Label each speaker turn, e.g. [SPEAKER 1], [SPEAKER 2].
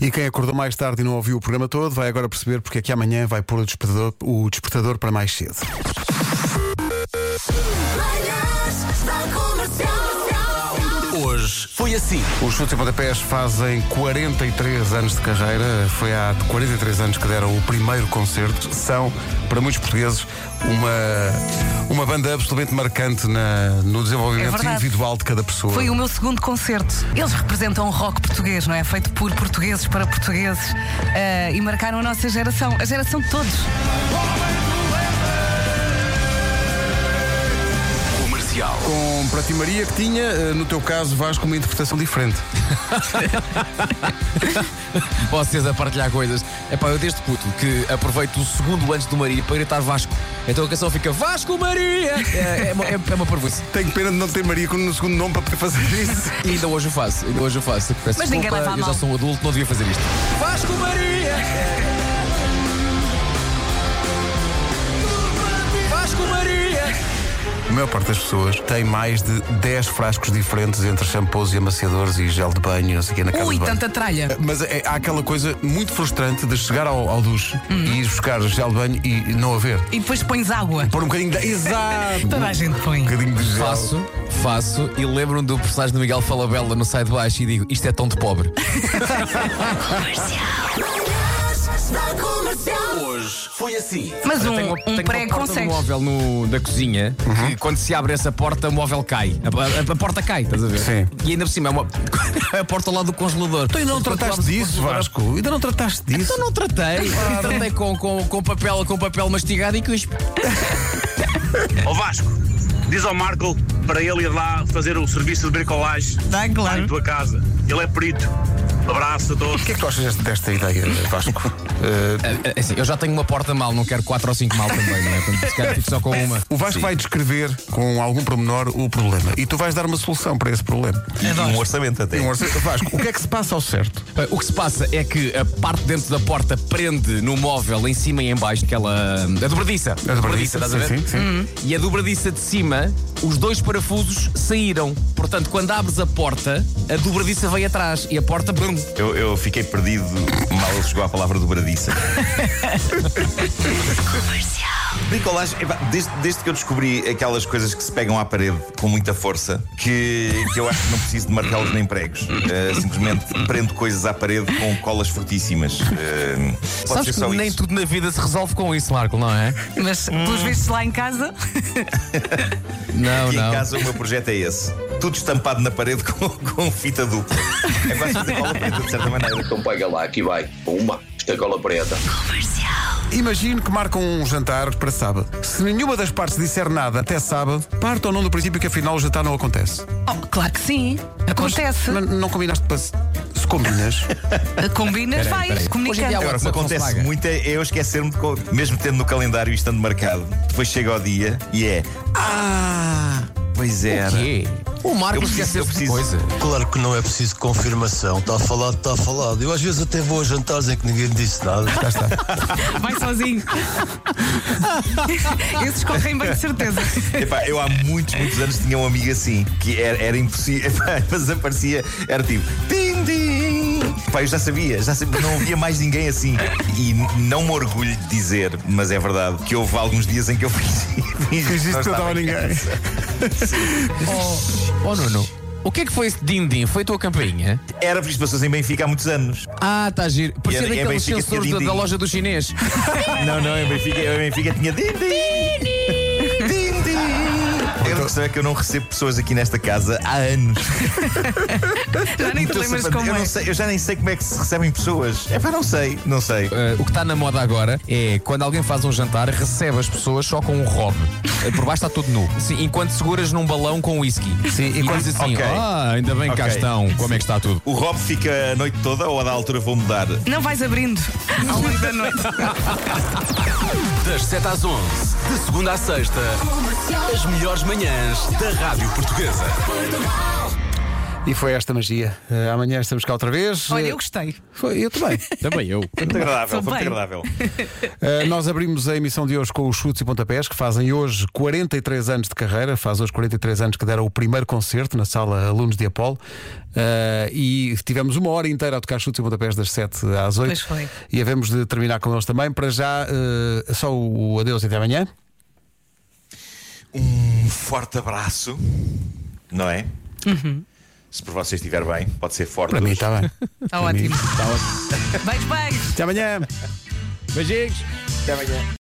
[SPEAKER 1] E quem acordou mais tarde e não ouviu o programa todo vai agora perceber porque é que amanhã vai pôr o despertador, o despertador para mais cedo.
[SPEAKER 2] Manhãs da Comercial.
[SPEAKER 3] Hoje foi assim.
[SPEAKER 1] Os Chutes e Pontapés fazem 43 anos de carreira. Foi há 43 anos que deram o primeiro concerto. São, para muitos portugueses, uma, uma banda absolutamente marcante na- no
[SPEAKER 4] É
[SPEAKER 1] desenvolvimento
[SPEAKER 4] verdade.
[SPEAKER 1] individual de cada pessoa.
[SPEAKER 4] Foi um- o meu segundo concerto. Eles representam o rock português, não é? Feito por portugueses para portugueses eh, e marcaram a nossa geração, a geração de todos.
[SPEAKER 3] Comercial.
[SPEAKER 1] Com para ti Maria que tinha, eh, no teu caso, Vasco, uma interpretação diferente.
[SPEAKER 5] vocês a partilhar coisas. É pá, eu desde puto que aproveito o segundo antes do Maria para gritar Vasco. Então a canção fica Vasco Maria! É, é uma, é, é uma parvoíce.
[SPEAKER 1] Tenho pena de não ter Maria no segundo nome para poder fazer isso.
[SPEAKER 5] E ainda hoje eu faço, ainda hoje eu faço. Peço
[SPEAKER 4] Mas ninguém
[SPEAKER 5] desculpa,
[SPEAKER 4] leva a
[SPEAKER 5] Eu já
[SPEAKER 4] mal.
[SPEAKER 5] sou um adulto, não devia fazer isto. Vasco Maria! Vasco Maria!
[SPEAKER 1] A maior parte das pessoas tem mais de 10 frascos diferentes entre shampoos e amaciadores e gel de banho, não sei o que, na casa
[SPEAKER 4] Ui,
[SPEAKER 1] de banho.
[SPEAKER 4] tanta tralha.
[SPEAKER 1] Mas é- há aquela coisa muito frustrante de chegar ao, ao duche e ir buscar gel de banho e, e não haver.
[SPEAKER 4] E depois pões água.
[SPEAKER 1] Pôr um bocadinho de. Exato!
[SPEAKER 4] Toda a gente põe.
[SPEAKER 1] Um bocadinho de gel.
[SPEAKER 5] Faço, faço e lembro-me do personagem do Miguel Falabella no Sai de Baixo e digo: Isto é tão de pobre.
[SPEAKER 2] Manhãs da Comercial.
[SPEAKER 3] Hoje foi assim.
[SPEAKER 4] Mas
[SPEAKER 5] Eu
[SPEAKER 4] um,
[SPEAKER 5] tenho,
[SPEAKER 4] um
[SPEAKER 5] tenho
[SPEAKER 4] pré
[SPEAKER 5] uma porta do
[SPEAKER 4] consegue.
[SPEAKER 5] móvel no, da cozinha
[SPEAKER 1] Uhum.
[SPEAKER 5] que quando se abre essa porta, o móvel cai. A, a- a porta cai, estás a ver?
[SPEAKER 1] Sim.
[SPEAKER 5] E ainda por cima é uma, a porta lá do congelador.
[SPEAKER 1] Tu ainda não
[SPEAKER 5] Quando
[SPEAKER 1] trataste
[SPEAKER 5] abres o
[SPEAKER 1] disso, Ah.
[SPEAKER 5] congelador-
[SPEAKER 1] Vasco? Ainda não trataste disso?
[SPEAKER 5] Então não tratei. tratei com, com, com, papel, com papel mastigado e cuspe.
[SPEAKER 6] Ó Vasco, diz ao Marco para ele ir lá fazer o serviço de bricolagem
[SPEAKER 4] Tá,
[SPEAKER 6] lá em
[SPEAKER 4] claro.
[SPEAKER 6] tua casa. Ele é perito. Abraço a todos.
[SPEAKER 1] O que é que tu achas desta- desta ideia, Vasco? Eh,
[SPEAKER 5] É, é assim, eu já tenho uma porta mal, não quero quatro ou cinco mal também, não é? Portanto, Se calhar fico só com uma.
[SPEAKER 1] o Vasco vai descrever com algum pormenor o problema e tu vais dar uma solução para esse problema.
[SPEAKER 4] É
[SPEAKER 3] E um orçamento até.
[SPEAKER 1] Tem um orçamento. Vasco, o que é que se passa ao certo?
[SPEAKER 5] Bem, O que se passa é que a parte dentro da porta prende no móvel em cima e em baixo, aquela. hum, A dobradiça.
[SPEAKER 1] A dobradiça,
[SPEAKER 5] estás a ver? Hum.
[SPEAKER 1] sim, sim, sim.
[SPEAKER 5] E a dobradiça de cima, os dois parafusos saíram. Portanto, quando abres a porta, a dobradiça vem atrás e a porta. Brum,
[SPEAKER 3] Eu, eu fiquei perdido mal ele chegou à palavra dobradiça. Bricolagem, epá, desde, desde que eu descobri aquelas coisas que se pegam à parede com muita força, que, que eu acho que não preciso de martelos nem pregos. Eh, simplesmente prendo coisas à parede com colas fortíssimas. Eh, pode
[SPEAKER 5] Sabes
[SPEAKER 3] ser
[SPEAKER 5] que
[SPEAKER 3] só
[SPEAKER 5] nem
[SPEAKER 3] isso.
[SPEAKER 5] tudo na vida se resolve com isso, Marco, não é?
[SPEAKER 4] Mas pelos vistos lá em casa,
[SPEAKER 5] Não,
[SPEAKER 3] Aqui em
[SPEAKER 5] não.
[SPEAKER 3] casa o meu projeto é esse. Tudo estampado na parede com, com fita dupla. É quase fazer cola preta, de certa maneira.
[SPEAKER 7] Então pega lá, aqui vai. Uma, esta cola preta.
[SPEAKER 1] Imagino que marcam um jantar para sábado. Se nenhuma das partes disser nada até sábado, parte ou não do princípio que afinal o jantar não acontece.
[SPEAKER 4] oh, claro que sim. Acontece. Eh,
[SPEAKER 1] Mas não combinaste para. Se se combinas.
[SPEAKER 4] Combinas, vais.
[SPEAKER 5] Hoje em
[SPEAKER 4] Comunicando.
[SPEAKER 5] dia é há
[SPEAKER 3] Agora, o
[SPEAKER 5] WhatsApp, não
[SPEAKER 3] que
[SPEAKER 5] se
[SPEAKER 3] acontece
[SPEAKER 5] paga.
[SPEAKER 3] muito é eu esquecer-me de. co- Mesmo tendo no calendário e estando marcado, depois chega ao dia e é. Ah! Pois era.
[SPEAKER 5] Quê? É. O
[SPEAKER 3] Eu
[SPEAKER 5] Marco
[SPEAKER 3] preciso- eu
[SPEAKER 5] esqueceu-se de
[SPEAKER 3] preciso-
[SPEAKER 5] coisa.
[SPEAKER 8] Claro que não é preciso confirmação. Está falado, está falado. Eu às vezes até vou a jantares em que ninguém me disse nada.
[SPEAKER 4] Vai sozinho. Esses correm bem de certeza.
[SPEAKER 3] Epá, eu há muitos, muitos anos tinha um amigo assim, que era, era impossível, epá, mas aparecia, era tipo, tim, tim. Epá, eu já sabia, já sabia, não havia mais ninguém assim. E n- não me orgulho de dizer, mas é verdade, que houve alguns dias em que eu fiz, fiz
[SPEAKER 1] Fingiste que não estava ninguém.
[SPEAKER 5] Oh, oh Nuno. O que é que foi esse din-din? Foi a tua campainha?
[SPEAKER 3] Era fiz pessoas em Benfica há muitos anos.
[SPEAKER 5] Ah, está giro. Parecia
[SPEAKER 3] E é- é
[SPEAKER 5] daqueles
[SPEAKER 3] Benfica,
[SPEAKER 5] sensores
[SPEAKER 3] tinha
[SPEAKER 5] da, da
[SPEAKER 3] din-din.
[SPEAKER 5] loja do chinês.
[SPEAKER 3] Não, não, em Benfica, eu em Benfica tinha din, din, din, din. Eu não sei é que eu não recebo pessoas aqui nesta casa há anos. Então,
[SPEAKER 4] Já nem te lembras
[SPEAKER 3] eu,
[SPEAKER 4] como é.
[SPEAKER 3] não sei, eu já nem sei como é que se recebem pessoas. É pá, não sei, não sei.
[SPEAKER 5] Uh, o que está na moda agora é quando alguém faz um jantar, recebe as pessoas só com um robe. Uh, Por baixo está tudo nu. Sim, enquanto seguras num balão com whisky. Sim, e,
[SPEAKER 3] quando-
[SPEAKER 5] diz assim:
[SPEAKER 3] ok.
[SPEAKER 5] Ah, ainda bem que cá
[SPEAKER 3] Ok.
[SPEAKER 5] estão. Como é que está tudo?
[SPEAKER 3] O Rob fica a noite toda ou a da altura vou mudar?
[SPEAKER 4] Não vais abrindo ao longo da noite.
[SPEAKER 9] Das 7 às 11, de segunda à sexta, as melhores manhãs da Rádio Portuguesa.
[SPEAKER 1] E foi esta magia. Eh, amanhã estamos cá outra vez.
[SPEAKER 4] Olha,
[SPEAKER 1] Eh,
[SPEAKER 4] eu gostei.
[SPEAKER 1] Foi, eu também.
[SPEAKER 5] Também eu.
[SPEAKER 3] Muito agradável,
[SPEAKER 4] Sou
[SPEAKER 3] foi muito
[SPEAKER 4] bem.
[SPEAKER 3] agradável.
[SPEAKER 1] Eh, nós abrimos a emissão de hoje com os chutes e pontapés, que fazem hoje 43 anos de carreira, faz hoje 43 anos que deram o primeiro concerto na sala Alunos de Apolo. Eh, e tivemos uma hora inteira a tocar chutes e pontapés das 7 às 8.
[SPEAKER 4] Pois foi.
[SPEAKER 1] E havemos de terminar com eles também. Para já, eh, só o adeus e até amanhã.
[SPEAKER 3] Um forte abraço, não é?
[SPEAKER 4] Uhum.
[SPEAKER 3] Se por vocês estiver bem, pode ser forte.
[SPEAKER 1] Para mim
[SPEAKER 3] hoje.
[SPEAKER 1] está bem.
[SPEAKER 4] Está ótimo. Tá Beijo, beijo.
[SPEAKER 1] Até amanhã.
[SPEAKER 5] Beijinhos.